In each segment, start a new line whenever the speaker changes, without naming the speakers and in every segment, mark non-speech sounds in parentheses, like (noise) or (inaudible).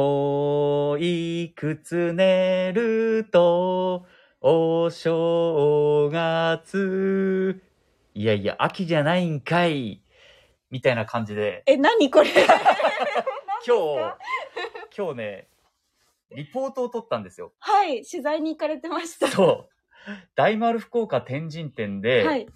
もういくつ寝ると、お正月。いやいや、秋じゃないんかい。みたいな感じで、
え、何これ (laughs)
今日、今日ね、リポートを取ったんですよ。
はい、取材に行かれてました。
そう。大丸福岡天神店で、
はい。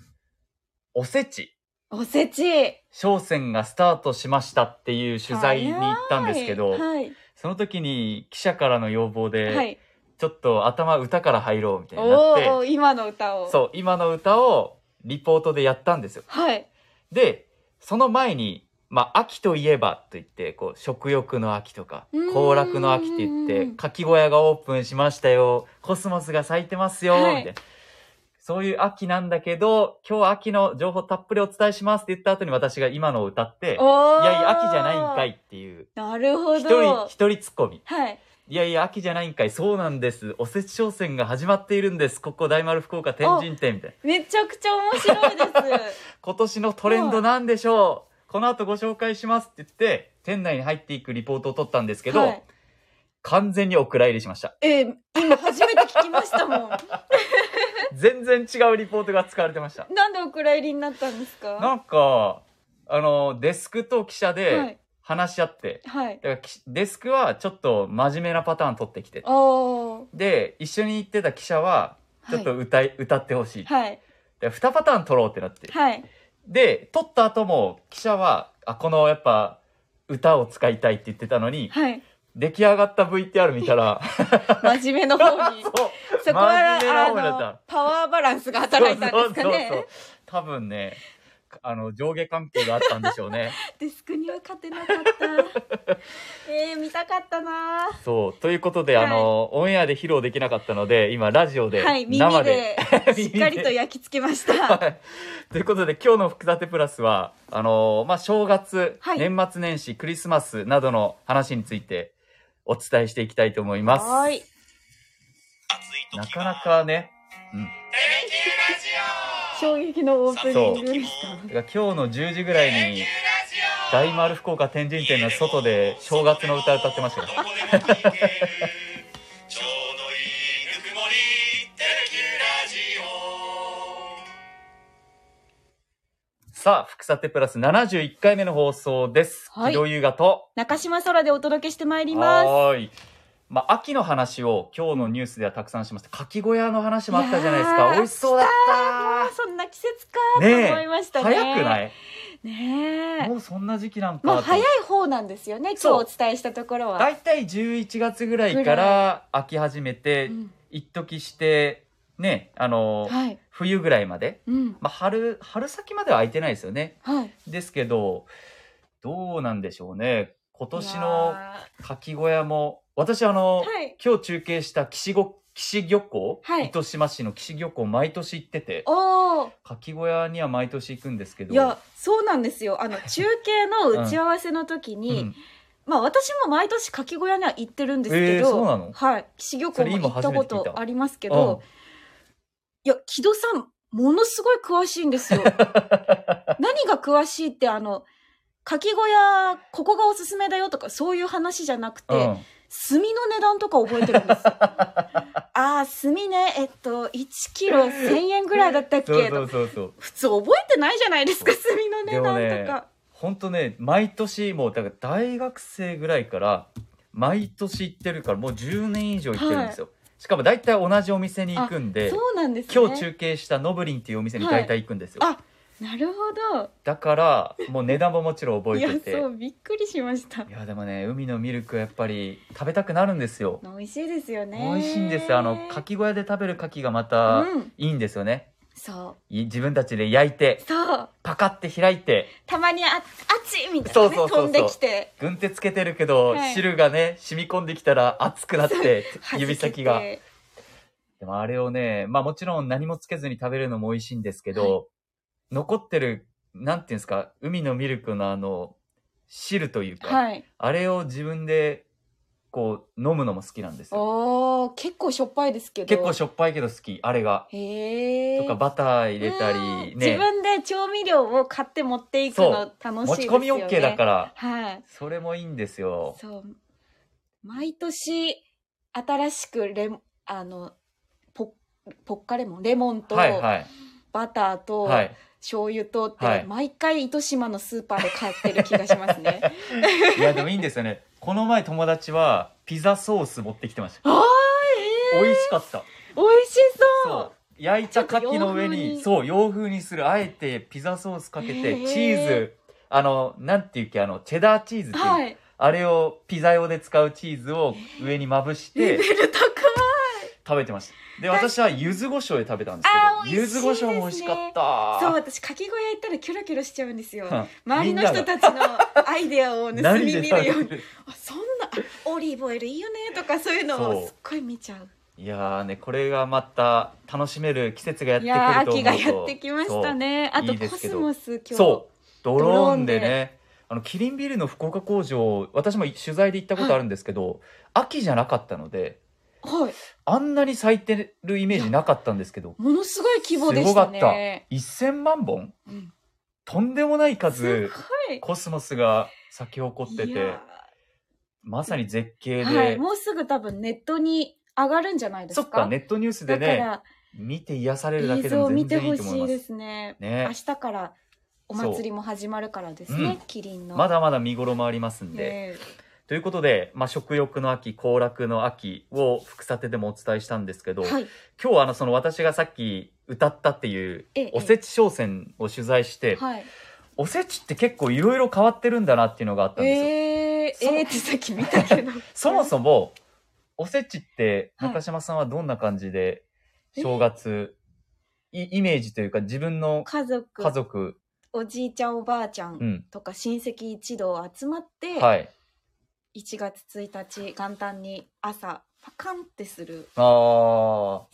おせち、
おせち。
商戦がスタートしましたっていう取材に行ったんですけど、
はい。
その時に記者からの要望で、
はい。
ちょっと頭歌から入ろうみたいにな
お
っ
ーお
て、
ー、今の歌を。う。
そう、今の歌をリポートでやったんですよ。
はい。
で、その前に、まあ、秋といえばと言って、こう、食欲の秋とか
うーん、
行楽の秋って言って、かき小屋がオープンしましたよ、コスモスが咲いてますよ、
はい
みたいな。そういう秋なんだけど、今日は秋の情報たっぷりお伝えしますって言った後に私が今のを歌って、
おー。
いやいや、秋じゃないんかい。っていう、
なるほ
一人、
ど。
一人ツッコミ。
はい。
いやいや、秋じゃないんかい。そうなんです。おせち商戦が始まっているんです。ここ大丸福岡天神店みたいな。
めちゃくちゃ面白いです。
今年のトレンドなんでしょうこの後ご紹介しますって言って、店内に入っていくリポートを取ったんです (laughs) けど、
はい、
完全にお蔵入りしました。
えー今初めて聞きましたもん。 (laughs)
全然違うリポートが使われてました。
なんでお蔵入りになったんですか
なんか、あの、デスクと記者
は
で
い。
話し合って、
はい。
だからきデスクはちょっと真面目なパターン取ってきて、
おー。
で、一緒に行ってた記者は、ちょっと歌い、歌ってほしい。
はい。
で、2パターン取ろうってなって。
はい。
で、撮った後も記者は、あ、このやっぱ歌を使いたいって言ってたのに、
はい。
出来上がった VTR 見た
(laughs)
ら、
真面目の方に
(laughs) そ。う
そこは、
真面目な方になっ
あの
た、
パワーバランスが働いたんですか
そうそうそうそう
ね。
多分ね、あの、上下関係があったんでしょう
(laughs)
ね。
デスクには勝てなかった。
(laughs)
えー、見たかったな
そう。ということで、あの、オンエアで披露できなかったので、今、ラジオで、
はい、耳
生
で
で。 (laughs)
しっかりと焼き付けました。
はいということで今日の「福立てプラスは」あのまあ、正月、
はい
年末年始クリスマスなどの話についてお伝えしていきたいと思います。
はーい。
なかなかね、
衝撃のオープニングでした。
てか今日の10時ぐらいに大丸福岡天神店の外で正月の歌歌ってましたよ
どこでも聞けるちょうどいいぬくもりテレキュラジオ
さあ、福さてプラス71回目の放送です。
はい
木戸優雅と。
中島空でお届けしてまいります。
はーい。まあ、秋の話を今日のニュースではたくさんしました。かき小屋の話もあったじゃないです
いや
か。
ー
美味しそうだっ
あーそんな季節か
た。
と思いましたね。
早くない
ねえ。
もうそんな時期なんか。
まあ早い
い。
方なんですよね。今日
そう
お伝えしたところは。
だいたい11月ぐらい
ぐ
からら秋始めて
う、ん
一時して、ね、あの、
はい。
冬ぐらいまで。
うん。
まあ、春、春先までは空いてないですよね。
はい。
ですけど、どうなんでしょうね。今年
い
の
や
かき小屋も、私あの、
ーはい。
今日中継した岸ご岸漁港、
はい
糸島市の岸漁港毎年行ってて、
おお。
かき小屋には毎年行くんですけど、
いや、そうなんですよ。あの、中継の打ち合わせの時
う
に、
ん、
まあ私も毎年かき小屋には行ってるんですけ
えー
ど、
そうなの
はい。岸漁港も行ったことありますけ
うん
ど、いや、木戸さん、ものすごい詳しいんです
(laughs)
よ。何が詳しいって、あの、かき小屋、ここがおすすめだよとか、そういう話じゃなくて、
うん
炭の値段とか覚えてる
(laughs)
んですよ。ああ、炭ね、えっと、1キロ1000円ぐらいだったっけ
そうそうそうそう
普通覚えてないじゃないですか、炭の値段とか。
本当ね毎年もうだから大学生ぐらいから毎年行ってるからもう10年以上行ってるんですよ、しかも大体同じお店に行くんで
そうなんですね。
今日中継したノブリンっていうお店に大体行くんですよ、
はいあなるほど。
だからもう値段ももちろん覚
い
え
や
ててい
そ
や
うびっくりしました
でもね海のミルクはやっぱり食べたくなるんですよ、
美味しいですよね
美味しいんですよあのかき小屋で食べるかきがまた
うん
いいんですよね、
そう
い自分たちで焼いて
そう
パカって開いて
たまにああっちみたいな、
そうそう
ね、
そうそう
飛んできて
軍手つけてるけど、
はい
汁がね染み込んできたら熱くなって
弾けて
指先がでもあれをねまあもちろん何もつけずに食べるのも美味しいんですけど、
は
残ってるなんていうんですか海のミルクのあの汁というか、
はい
あれを自分でこう飲むのも好きなんですよ
おー結構しょっぱいですけど
結構しょっぱいけど好きあれが、
へえ
とかバター入れたり
自
ね
分で調味料を買って持っていくの楽しいですよね
持ち込み OK だから
はい
それもいいんですよ
そう毎年、新しくレモン、あの、ポッ、ポッカレモン、レモンと、
はいはい
バターと、
はい
醤油とって、
はい
毎回糸島のスーパーで買ってる気がします
(laughs)
ね。
いやでもいいんですよね (laughs) この前友達はピザソース持ってきてました
ああ、
美味しかった
美味しそう
そう焼いた牡蠣の上に
ち
そう洋風にするあえてピザソースかけ
へ
て
ー
チーズあのなんていうっけあのチェダーチーズっていう、
はい。
あれをピザ用で使うチーズを上にまぶし
レベ
て
ル高い。
食べてましたで私は柚子胡椒で食べたんです
あー
けど柚子胡椒も美味しかった (laughs)
そう、私、かき小屋行ったらキョロキョロしちゃうんですよ。
うん
周りの人たちのアイデアを
みん
盗
なが
み見るよう
何で食
に。
べる
あそんな、あオリーブオイルいいよねとかそういうの
そう
をすっごい見ちゃう。
いやーねこれがまた楽しめる季節がやっ
い
てくると
や
思
ー、
うと
秋がやってきましたね。あと、
いいで
コ
すけ
ス
ど
モス、
そ
今
う
日。
そうドローンで
ドロー
ねあのキリンビールの福岡工場私も取材で行ったことあるんですけど、秋じゃなかったので
はい。
あんなに咲いてるイメージなかったんですけど
ものすごい
す
規模で
ご
し
か
た
った
ね。
1000万本
うん
とんでもない
す
数
ごい。
コスモスが咲き誇って
い
て
や
まさに絶景で、
ーはい。もうすぐ多分ネットに上がるんじゃないです
そ
か。
っかネットニュースで
だ
ね
か
見て癒される
ら
だけで
映像を
も全
見て
然い
ほ
いと思い
しい
ます
ですね。
ね
明日からお祭りも始まるからです
そうう
ね
ん、
キリンの。
まだまだ見頃もありますんで、
ね
ということで、まあ、食欲の秋行楽の秋を副査定でもお伝えしたんですけど、
はい。
今日はあのその私がさっき歌ったっていう
ええ
おせち商戦を取材して、
はい。
おせちって結構いろいろ変わってるんだなっていうのがあったんですよ。
えー、
その
えーってさっき見た
(laughs)
けど。
そもそもおせちって
はい
中島さんはどんな感じで
え
正月、いイメージというか自分の
家族、
家族、
おじいちゃんおばあちゃ
うんん、
とか親戚一同集まって、
はい。
1月1日元旦に朝パカンってする
ああ、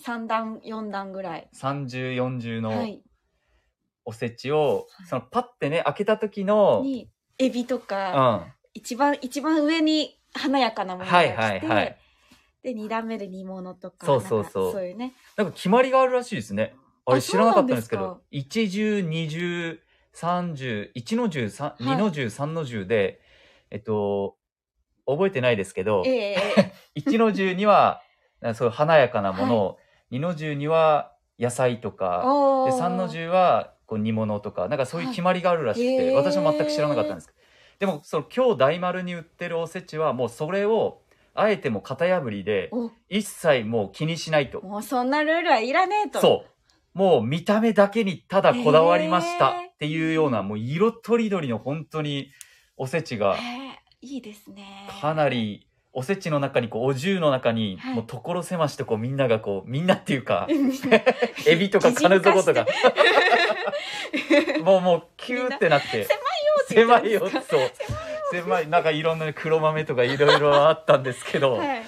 3段4段ぐらい。
30、40
は
の
い。
おせちを、
はい
そのパッてね、開けた時の、
に、エビと
う
か、
ん。
一番、一番上に華やかなものが
は
来
い
て、
はいはい。
で、二段目で煮物とか、
そ
そうう
そ
そう
そ
うそうう。そういうね。
なんか決まりがあるらしいですね。あれ
あ
知らなかったんですけ
そうなん
ど
で、
一十、二十、三十、一の十、三
い
二の十、三の十で、えっと、覚えてない (laughs) ですけど
え、えええ
一の十には、なんかそういう華やかなも
(laughs)
の、二の十には野菜とか、
お
で
ー
三の十はこう煮物とか、なんかそういう決まりがあるらしく
はい
て、
へー
私も全く知らなかったんですけど。でも、その今日大丸に売ってるおせちは、もうそれを、あえてもう型破りで、
お
一切もう気にしないと。
もうそんなルールはいらねえと。
そう。もう見た目だけにただこだわりました
へー
っていうような、もう色とりどりの本当におせちが
へえいいですね。 (laughs)
かなり、おせちの中にこう、お重の中に、
はい
もう所狭しとこうみんながこう、みんなっていう
(laughs)
か、
エ
エビとか
擬人
金
化して
底とか、もうもうキューってなって、狭
(laughs) 狭
い
い
よ
よ
そう
って言っ
狭い、なんかいろんな黒豆とかいろいろあったんですけど、
はい。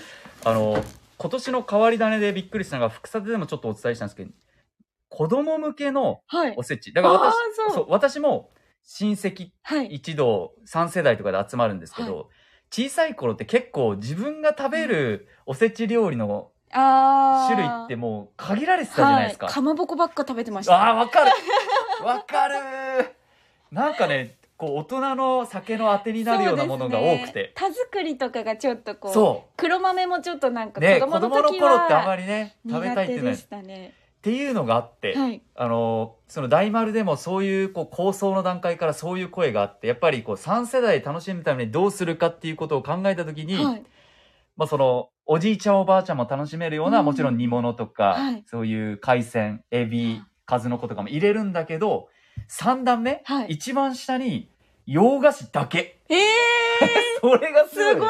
あの、今年の変わり種でびっくりしたのが、副査でもちょっとお伝えしたんですけど、子供向けの
はい
お。せち。だから私
あ、ーそう
そう私も親戚
はい。
一同3世代とかで集まるんですけど、小さい頃って結構自分が食べるおせち料理の
あー
種類ってもう限られてたじゃないですか。
は
あ
かまぼこばっか食べてました。
あー、わかるわかるなんかね、こう大人の酒のあてになるようなものが多く
そうですね
て。
田作りとかがちょっとこう。
そ
黒豆もちょっとなん
う。
か
ね、
子
子
供
供
の
の
時
頃ってあま
は
りね、食べた
苦
いってい
手
うのは
で
っ
したね。
ていうのがあって、
はい。
あのその大丸でもそういうこう構想の段階からそういう声があってやっぱりこう3世代楽しむためにどうするかっていうことを考えた時に、
はい。
まあ、そのおじいちゃんおばあちゃんも楽しめるような、
うん
もちろん煮物とか、
はい
そういう海鮮エビ数の子とかも入れるんだけど3段目、
はい
一番下に洋菓子だけ
ええ
それが
ー、
す
す
ご
ごい
い。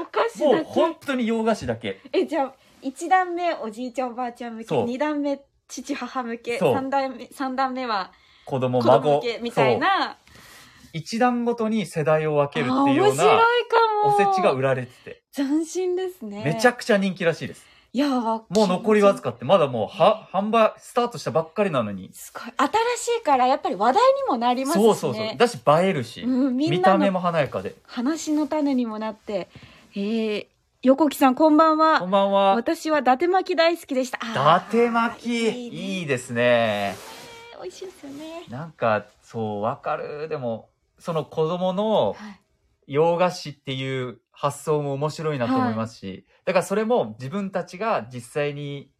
お菓子
もう
だ
本当に洋菓子だけ
け。え、じゃあ、一段目おじいちゃんおばあちゃん向
そう
け、二段目父母向け、
そう
三段目、三段目は
子供
子供
孫
向けみたい
そう
な。
一段ごとに世代を分けるっていう
あ
よ
面
うな
白い
お
かも。
せちが売られてて。
斬新ですね。
めちゃくちゃ人気らしいです。
いや、わ
もう残りわず
か。
かって、まだもう、は、販売、スタートしたばっかりなのに。
すごい。新しいから、やっぱり話題にもなりますし
そ
ね。
うそうそう。だし、映えるし、
うん、み
見
ん
た
な
目
の
も華やかで。
話の種にもなって。えー、横木さん、こんば
(laughs)
ん
こ
は
ん。ばんは。
私は伊達巻き大好きでした。
伊
あー
達巻き、いいですね。
美味しいですよね。
なんか、そう、わかる。でも、その子供の
はい。
洋菓子っていう発想も面白いなと思いますし、だからそれも自分たちが実際に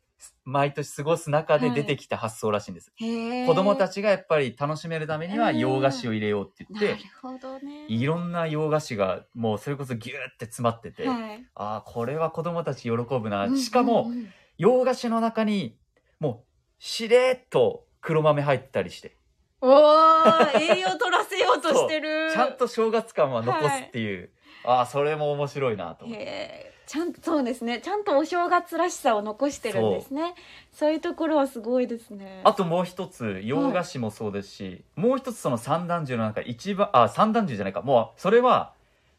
毎年過ごす中で出てきた発想らしいんです。
へ
子供た
ち
ちがやっぱり楽しめるために
う
は
ん
洋菓子を入れようって言っ
なる
て、
ほどね。
いろんな洋菓子がもうそれこそギューって詰まってて、
はい
ああ、これは子供たち喜ぶ
う
な。
んうんうん
しかも、洋菓子の中にもうしれっと黒豆入ってたりして、
おー栄養取らせようとしてる。
ちゃんと正月感は残すっていう、ああ、それも面白いなと思って。
へーちゃんとそうですねちゃんとお正月らしさを残してるんですねそういうところはすごいですね
あともう一つ洋菓子もそうですし、もう一つその三段重の中一番あ三段重じゃないかもうそれは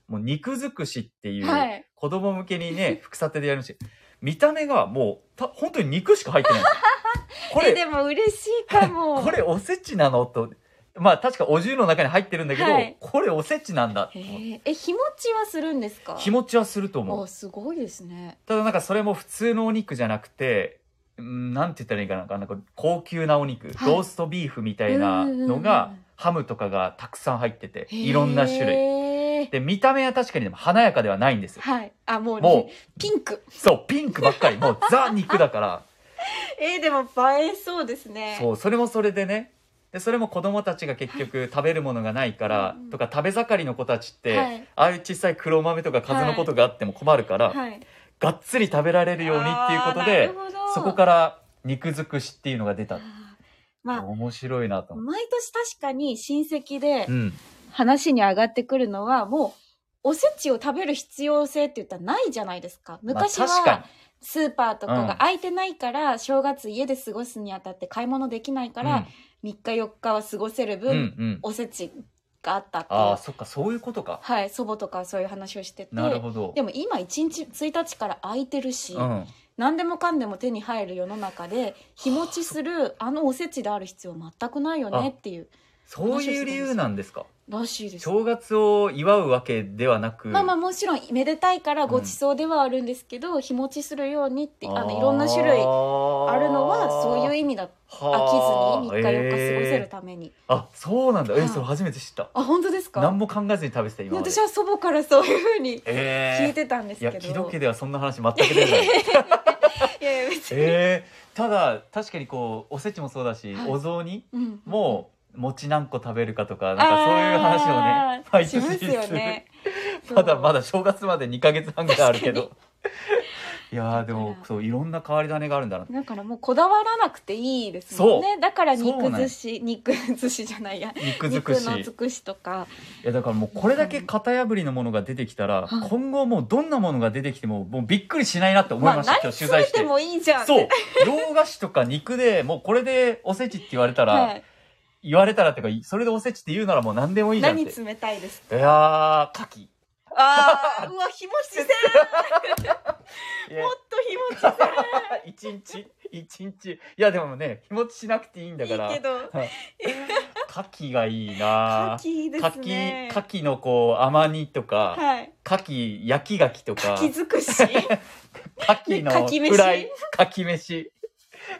もう肉尽くしっていう
はい
子供向けにね、 (laughs) 副査定でやりました見た目がもうた本当に肉しか入ってない
(laughs)
んですよこ
え
れ
でも嬉しいかも
(laughs) これおせちなのとまあ確かお重の中に入ってるんだけど、
はい
これおせちなんだと
へ
思って
ーえ日持ちはするんですか
日持ちはすると思う
あすごいですね
ただなんかそれも普通のお肉じゃなくて、うんなんて言ったらいいかななんか高級なお肉、
はい
ローストビーフみたいなの
うんうん
が
うん
ハムとかがたくさん入ってていろんな種類
類
で見た目は確かにでも華やかではないんですよ
はいあもう,、
も
ピンク
うそうピンクばっかり
(laughs)
もうザ肉だから
えーでも映えそうです (laughs) ね
そうそれもそれでねでそれも子供たちが結局食べるものがないから
うんうん
とか食べ盛りの子たちって、
はい
ああいう小さい黒豆とか数のことがあっても困るから、
はい
がっつり食べられるようにっていうこと
あーなる
で
ほど
そこから肉尽くしっていうのが出た
あーまあ
面白いなと思っ
毎年確かに親戚
て。
で
うん。
話に上がってくるのはもうおせちを食べる必要性って言ったらないじゃないですか昔
まあ確か
は
に
スーパーとか
うん
が空いてないから、正月家で過ごすにあたって買い物できないから、3日4日は過ごせる
うん、
分、
うん、うん。
おせちがあったってい
ああ、
う
そっか、そういうことか。
はい、祖母とかそういう話をしてて
なるほど。
でも今1日1日から空いてるし、
うん。
何でもかんでも手に入る世の中で日持ちするあのおせちである必要全くないよねっていう
そういう理由なんですか。
らしいです
正月を祝うわけではなく。
まあまあもちろんめでたいからごちそうではあるんですけど、日持ちするようにってあのいろんな種類あるのはそういう
う
意味だ
は
飽きずに3日4日過ごせる
え
ために、
ーあ、そうなんだ。え
はい
それ初めて知った。
あ本当ですか
何も考えずに食べてた今まで
私。は祖母からそういうふうに聞い
ええ
てたんです
い
け
や、
ど、
木戸家ではそんな話全く出ない。
いやいや別に、
ええただ、確かにこう、おせちもそうだし、
はい
お雑煮。
うん
もう餅何個食べるかとかなんかそういう話をね
あー
毎
し
年
ますよね
する (laughs) まだま
だ
だ正月まで2ヶ月半があるけどいやーでもそういろんな変わり種があるんだな
だからもうこだわらなくていいですもんねだから
そう
肉
なん
寿司肉寿司じゃないや
肉尽
肉
くし
の
い
尽くしとか
やだからもうこれだけ型破りのものが出てきたら
はい
今後もうどんなものが出てきてももうびっくりしないなって思い
ま
ま
あ
した
何
今日取
詰
材
め
してて
もいいじゃん
そう洋菓子とか肉でもうこれでおせちって言われた
は
ら
い、
言われたらっていうかそれでおせちって言うならもう何でもいいじゃんって
何
い
詰めたいですか
やー
(laughs)
牡蠣
あ
(laughs)
あ、うわ、日持ちせん。
いや
もっと日持
一
ち
日一日いやでもね日持ちしなくていいんだ
せ
か
ん。
ら
いいけど。
牡蠣がいいな
牡蠣ですね。
牡蠣牡蠣のこう甘煮とか、
はい。
牡蠣焼き牡蠣とか
牡蠣
(laughs)
尽く
牡
し。
蠣
ね牡蠣
の
飯
フライ牡蠣飯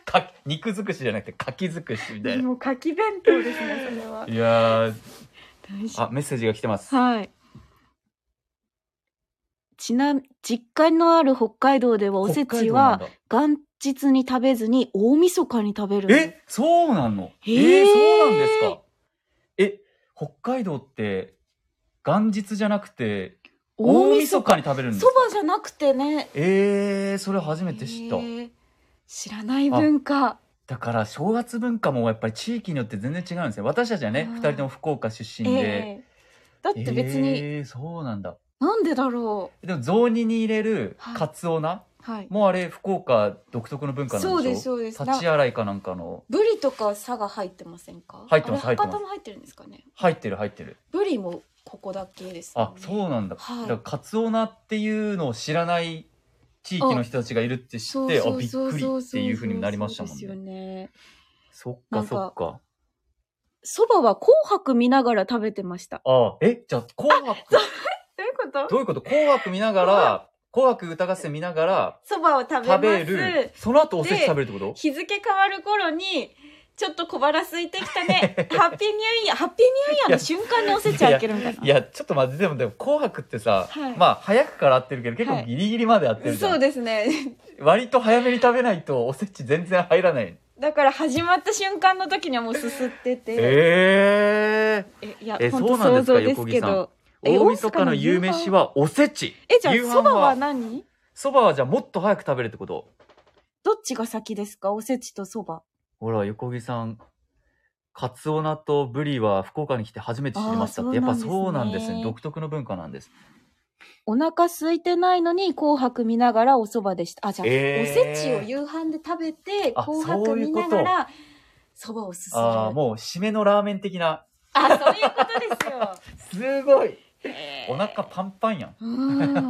牡蠣肉尽くしじゃなくて牡蠣尽くしみたいな。
もう牡蠣弁当ですね、それはい
やー
大事
あメッセージが来てます
はい。ちなみ実家のある北海道ではおせちは
北海
元日に食べずに大晦日に食べるん
道
で
なんだ
す
えそうなのえ
へー
ーそうなんですかえ北海道って元日じゃなくて大晦日に食べるんです
そ
か
ばじゃなくてね
えー、それ初めて知った、
へー知らない文化
だから正月文化もやっぱり地域によって全然違うんですよ私たちはね
あー
2人とも福岡出身で、
ええだって別に、
えーそうなんだ
なんでだろ
でも雑煮に入れる
はい
カツオな、
うはい
もうあれ福岡独特の文化なんでしょ
そうですそうです
立ち洗いかなんかの
ブリとか佐賀入ってませんか
入ってます
あれ
入ってます
博多も入ってるんですかね
入ってる入ってる
ブリもここだけですもん
あ
ね、
そうなんだ、
はい
だからカツオなっていうのを知らない地域の人たちがいるって知ってあびっくりっていうふうになりましたもん
そうですよ
ね
ね
そっ
な
か
んか
そっか
そばは紅白見ながら食べてました
あえじゃあ紅
(laughs)
白
どういうこと
どういうこと紅白見ながら
(laughs)
紅白歌合戦見ながら
そばを食べます
食べるその後おせち食べるってこと
日付変わる頃にちょっと小腹空いてき
(laughs)
たね。ハッピーニューイヤー、ハッピーニューイヤーの瞬間におせち開けるみたいな。
いや、ちょっと待って、でも、でも、紅白ってさ、
はい
まあ、早くから合ってるけど、結
は
構
い
ギリギリまで合ってるじゃん。
そうですね。
割と早めに食べないと、おせち全然入らない。
だから始まった瞬間の時にはもうすすってて。
ええ
えいや
え、
本
そう
当
なんですか
想像ですけ
横
ど。え
大晦日の夕飯。はおせち。
大晦日の夕飯え、
夕
じ
飯
ゃあ、そばは何
そばはじゃあもっと早く食べるってこと
どっちが先ですかおせちとそば。
ほら、横木さん、カツオナとブリは福岡に来て初めて知りましたって、
あ
やっ
ー
ぱそうなんです
そうなんです
ね。
ね
独特の文化なんです。
お腹空いてないのに紅白見ながらお蕎麦でした。あ、じゃあ、
えー
おせちを夕飯で食べて、
あ
紅
そ
白
ういう
見
こと
ながら蕎麦をすする。
ああ、もう締めのラーメン的な。
あ、そういうことです
(laughs)
よ。
すごい
えー
お腹パンパンやん。
う ん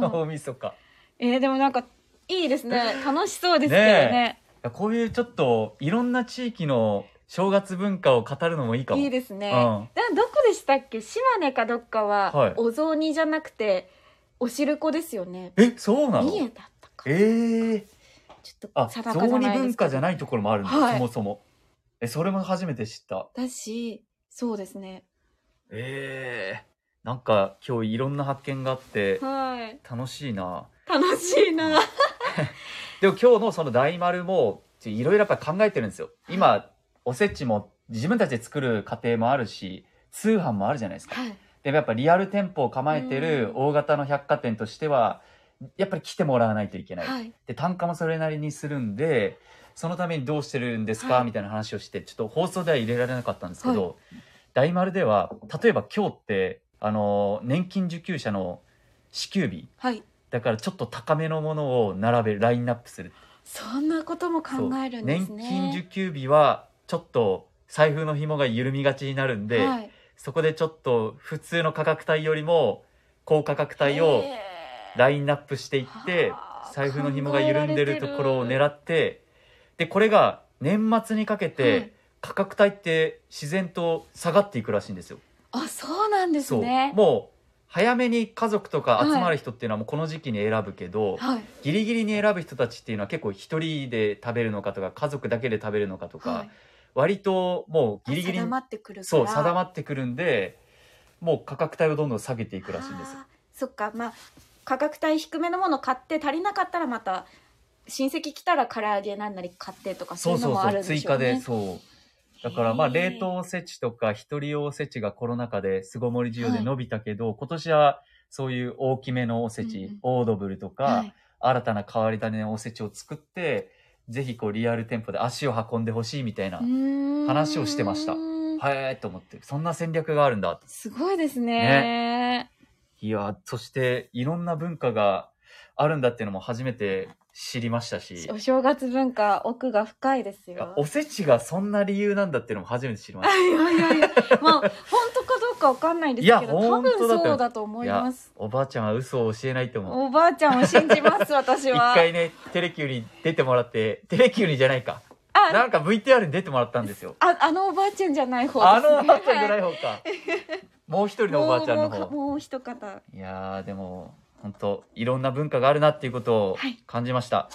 (laughs) 大晦日。
えー、でもなんか、いいですね。楽しそうですけどね。
いやこういうちょっと、いろんな地域の正月文化を語るのもいいかも。
いいですね。
うん
だどこでしたっけ島根かどっかは、
はい
お雑煮じゃなくて、お汁粉ですよね。
え、そうな
三
の
重だったか。
ええー。
ちょっ
あ、
と
雑
定かじゃ
煮
ないで
文
すけ
化
ど
じゃないところもあるんだ、
はい
そもそも。え、それも初めて知った。
だし、そうですね。
ええなんか今日いろんな発見があって
はい。
楽しいな。
楽しいな。
でも今日のその大丸もちょいろいろやっぱ考えてるんですよ。今、おせちも自分たちで作る家庭もあるし、通販もあるじゃないですか。
はい。
でもやっぱリアル店舗を構えてる
うん
大型の百貨店としては、やっぱり来てもらわないといけない。
はい。
で単価もそれなりにするんでそのためにどうしてるんですか、
はい
みたいな話をしてちょっと放送では入れられなかったんですけど、大丸では例えば今日ってあの年金受給者の支給日
はい。
だからちょっと高めのものを並べるラインナップする
そんなことも考えるんです
そう
ね。
年金受給日はちょっと財布の紐が緩みがちになるんで、
はい、
そこでちょっと普通の価格帯よりも高価格帯を
えー
ラインナップしていって
はあ
財布の紐が緩んでるところを狙ってでこれが年末にかけ
は
て
い
価格帯って自然と下がっていくらしいんですよ。
あ、そうなんですね。
もう早めに家族とか集まる人っていうのはもうこの時期に選ぶけど、
はい。
ギリギリに選ぶ人たちっていうのは結構一人で食べるのかとか家族だけで食べるのかとか、
はい
割ともうギリギリ
定
に
まってくるから。
そう定ま
っ
ってくるんでもう価格帯をどんどん下げていくらしいんですよ。
そっか、まあ価格帯低めのもの買って足りなかったらまた親戚来たら唐揚げなんなり買ってとか
そうう
そいうの
そう
もあ
そ
る
う、
んで
追
しょ
加
うね。
で、そう。だからまあ、
へー
冷凍おせちとか、一人用おせちがコロナ禍で巣ごもり需要で伸びたけど、今年はそういう大きめのおせち、
うんうん
オードブルとか、
はい
新たな変わり種のおせちを作って、ぜひこう、リアル店舗で足を運んでほしいみたいな、
うーん
話をしてましたはえーと思って、そんな戦略があるんだと。
すごいですね。
いやー、そして、いろんな文化があるんだっていうのも初めて知りましたし、
お正月文化奥が深いですよ。
おせちがそんな理由なんだっていうのも初めて知りました。
いやいやいや、まあ、本当かどうかわかんないですけ
いや
ど、多
本
分
当だと
そうだと思います。
おばあちゃんは嘘を教えないと思う。
おばあちゃんを信
(laughs)
じます、私
一
は。
回ね、テレキューに出てもらって、テレキューにじゃないか。な
あ
んか VTR に出てもらったんですよ。
あ、あのおばあちゃんじゃない方
あ
です、ね。
のおばあちゃんじゃない
い
方か。もう一人のおばあちゃんの
もう
方。
もう一方。
いやー、でも、本当いろんな文化があるなっていうことを
はい
感じました。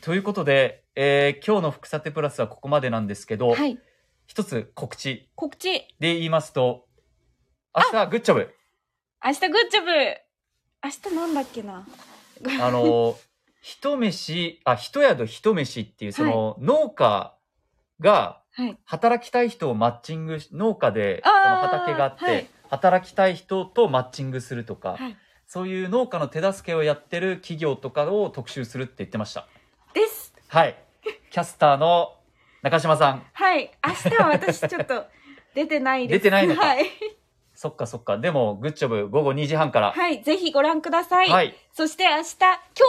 ということで、えー今日の「福さてプラス」はここまでなんですけど、
はい。
一つ告知
告知、
で言いますと、明日、グッジョブ。
明日グッジョブ明日なんだっけな。
あの、一飯、あ、一宿一飯っていう、その、農家が、
はい。
働きたい人をマッチングし農家でそ
あー
の畑があって、
はい
働きたい人とマッチングするとか、
はい。
そういう農家の手助けをやってる企業とかを特集するって言ってました
です。 (laughs)
はいキャスターの中島さん
はい。明日は私ちょっと出てないです。
出てないのか
はい。
そっかそっかでもグッジョブ午後2時半から
はい。ぜひご覧ください。
はい
そして明日、今日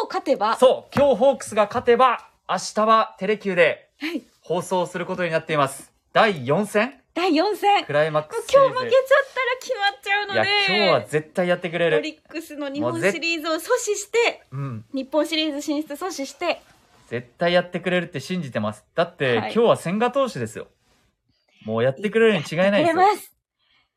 勝てば。
そう今日ホークスが勝てば明日はテレキューで
はい。
放送することになっています第4戦
第4戦。
クライマック
もう
スシリ
今日
ー
負
ズ
けちゃったら決まっちゃうの
い
で
や今日は絶対やってくれ
オ
る
リックスの日本シリーズを阻止して
うん
日本シリーズ進出阻止して
絶対やってくれるって信じてます。だって、
はい
今日は千賀投手ですよ。もうやってくれるに違いないで
や
す
りま
よ。
す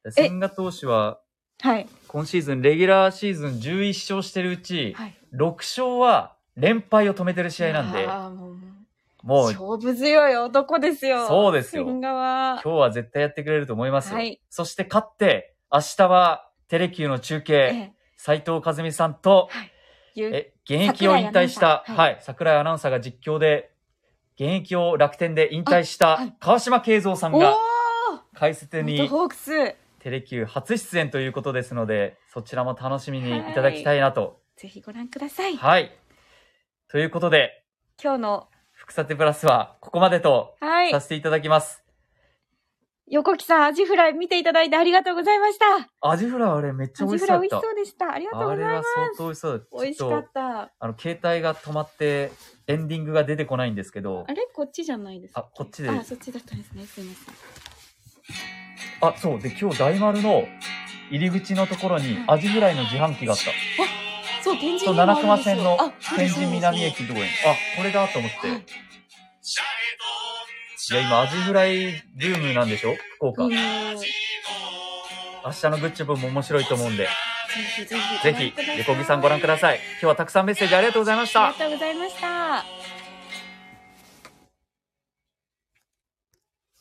え
千賀投手は
はい、
今シーズン、レギュラーシーズン11勝してるうち、
はい、
6勝は連敗を止めてる試合なんで、
あーもうもう
もう、今
勝負強い男ですよ。
そうですよ
千賀は
日。は絶対やってくれると思いますよ。
はい
そして勝って、明日はテレキューの中継、
ええ
斉藤和美さんと、
はい。ゆう
え、現役を引退した、
桜井
はい、桜井
アナウンサーは
アナウンサーが実況で、現役を楽天で引退し
あは
た
い
川島慶三さん
お
が
ー
解説
元
に
ホークス。
テレキュー初出演ということですので、そちらも楽しみにいただきたいなと。
ぜひご覧ください。
はい。ということで、
今日の、
福さてプラスはここまでと
はい
さ。せていただきます。
横木さん、アジフライ見ていただいてありがとうございました。
アジフライあれめっちゃ
ア
美
ジ
味しそ
フライ
う
美味
だっ
しそうでした。ありが
た。
とう
あ
ご
れ
ざいま
は相当美味し
す。
そうだ。
美味し
ちょ
か
っ
っ
と、
た。
あの、携帯が止まってエンディングが出てこないんですけど
あ、れこっちじゃないです
あ
か。、
こっちで、
あ、そっちだったんですね。すいません。
あ、そう。で、今日大丸の入り口のところにアジフライの自販機があった。
そう、天神
そう、
にもある
七
んです
熊
よ
線の
あ
天神南駅のところに。あ、これだと思って。
はい
シャエ
い
ド
や、今、アジフライブームなんでしょ福岡。
う
明
んぜ
日のグッチョブも面白いと思うんで、
ひぜひ。
ぜひ、横木さんご覧くだ
い。
さい。今日はたくさんメッセージありがとうございました
あり。がとうございました。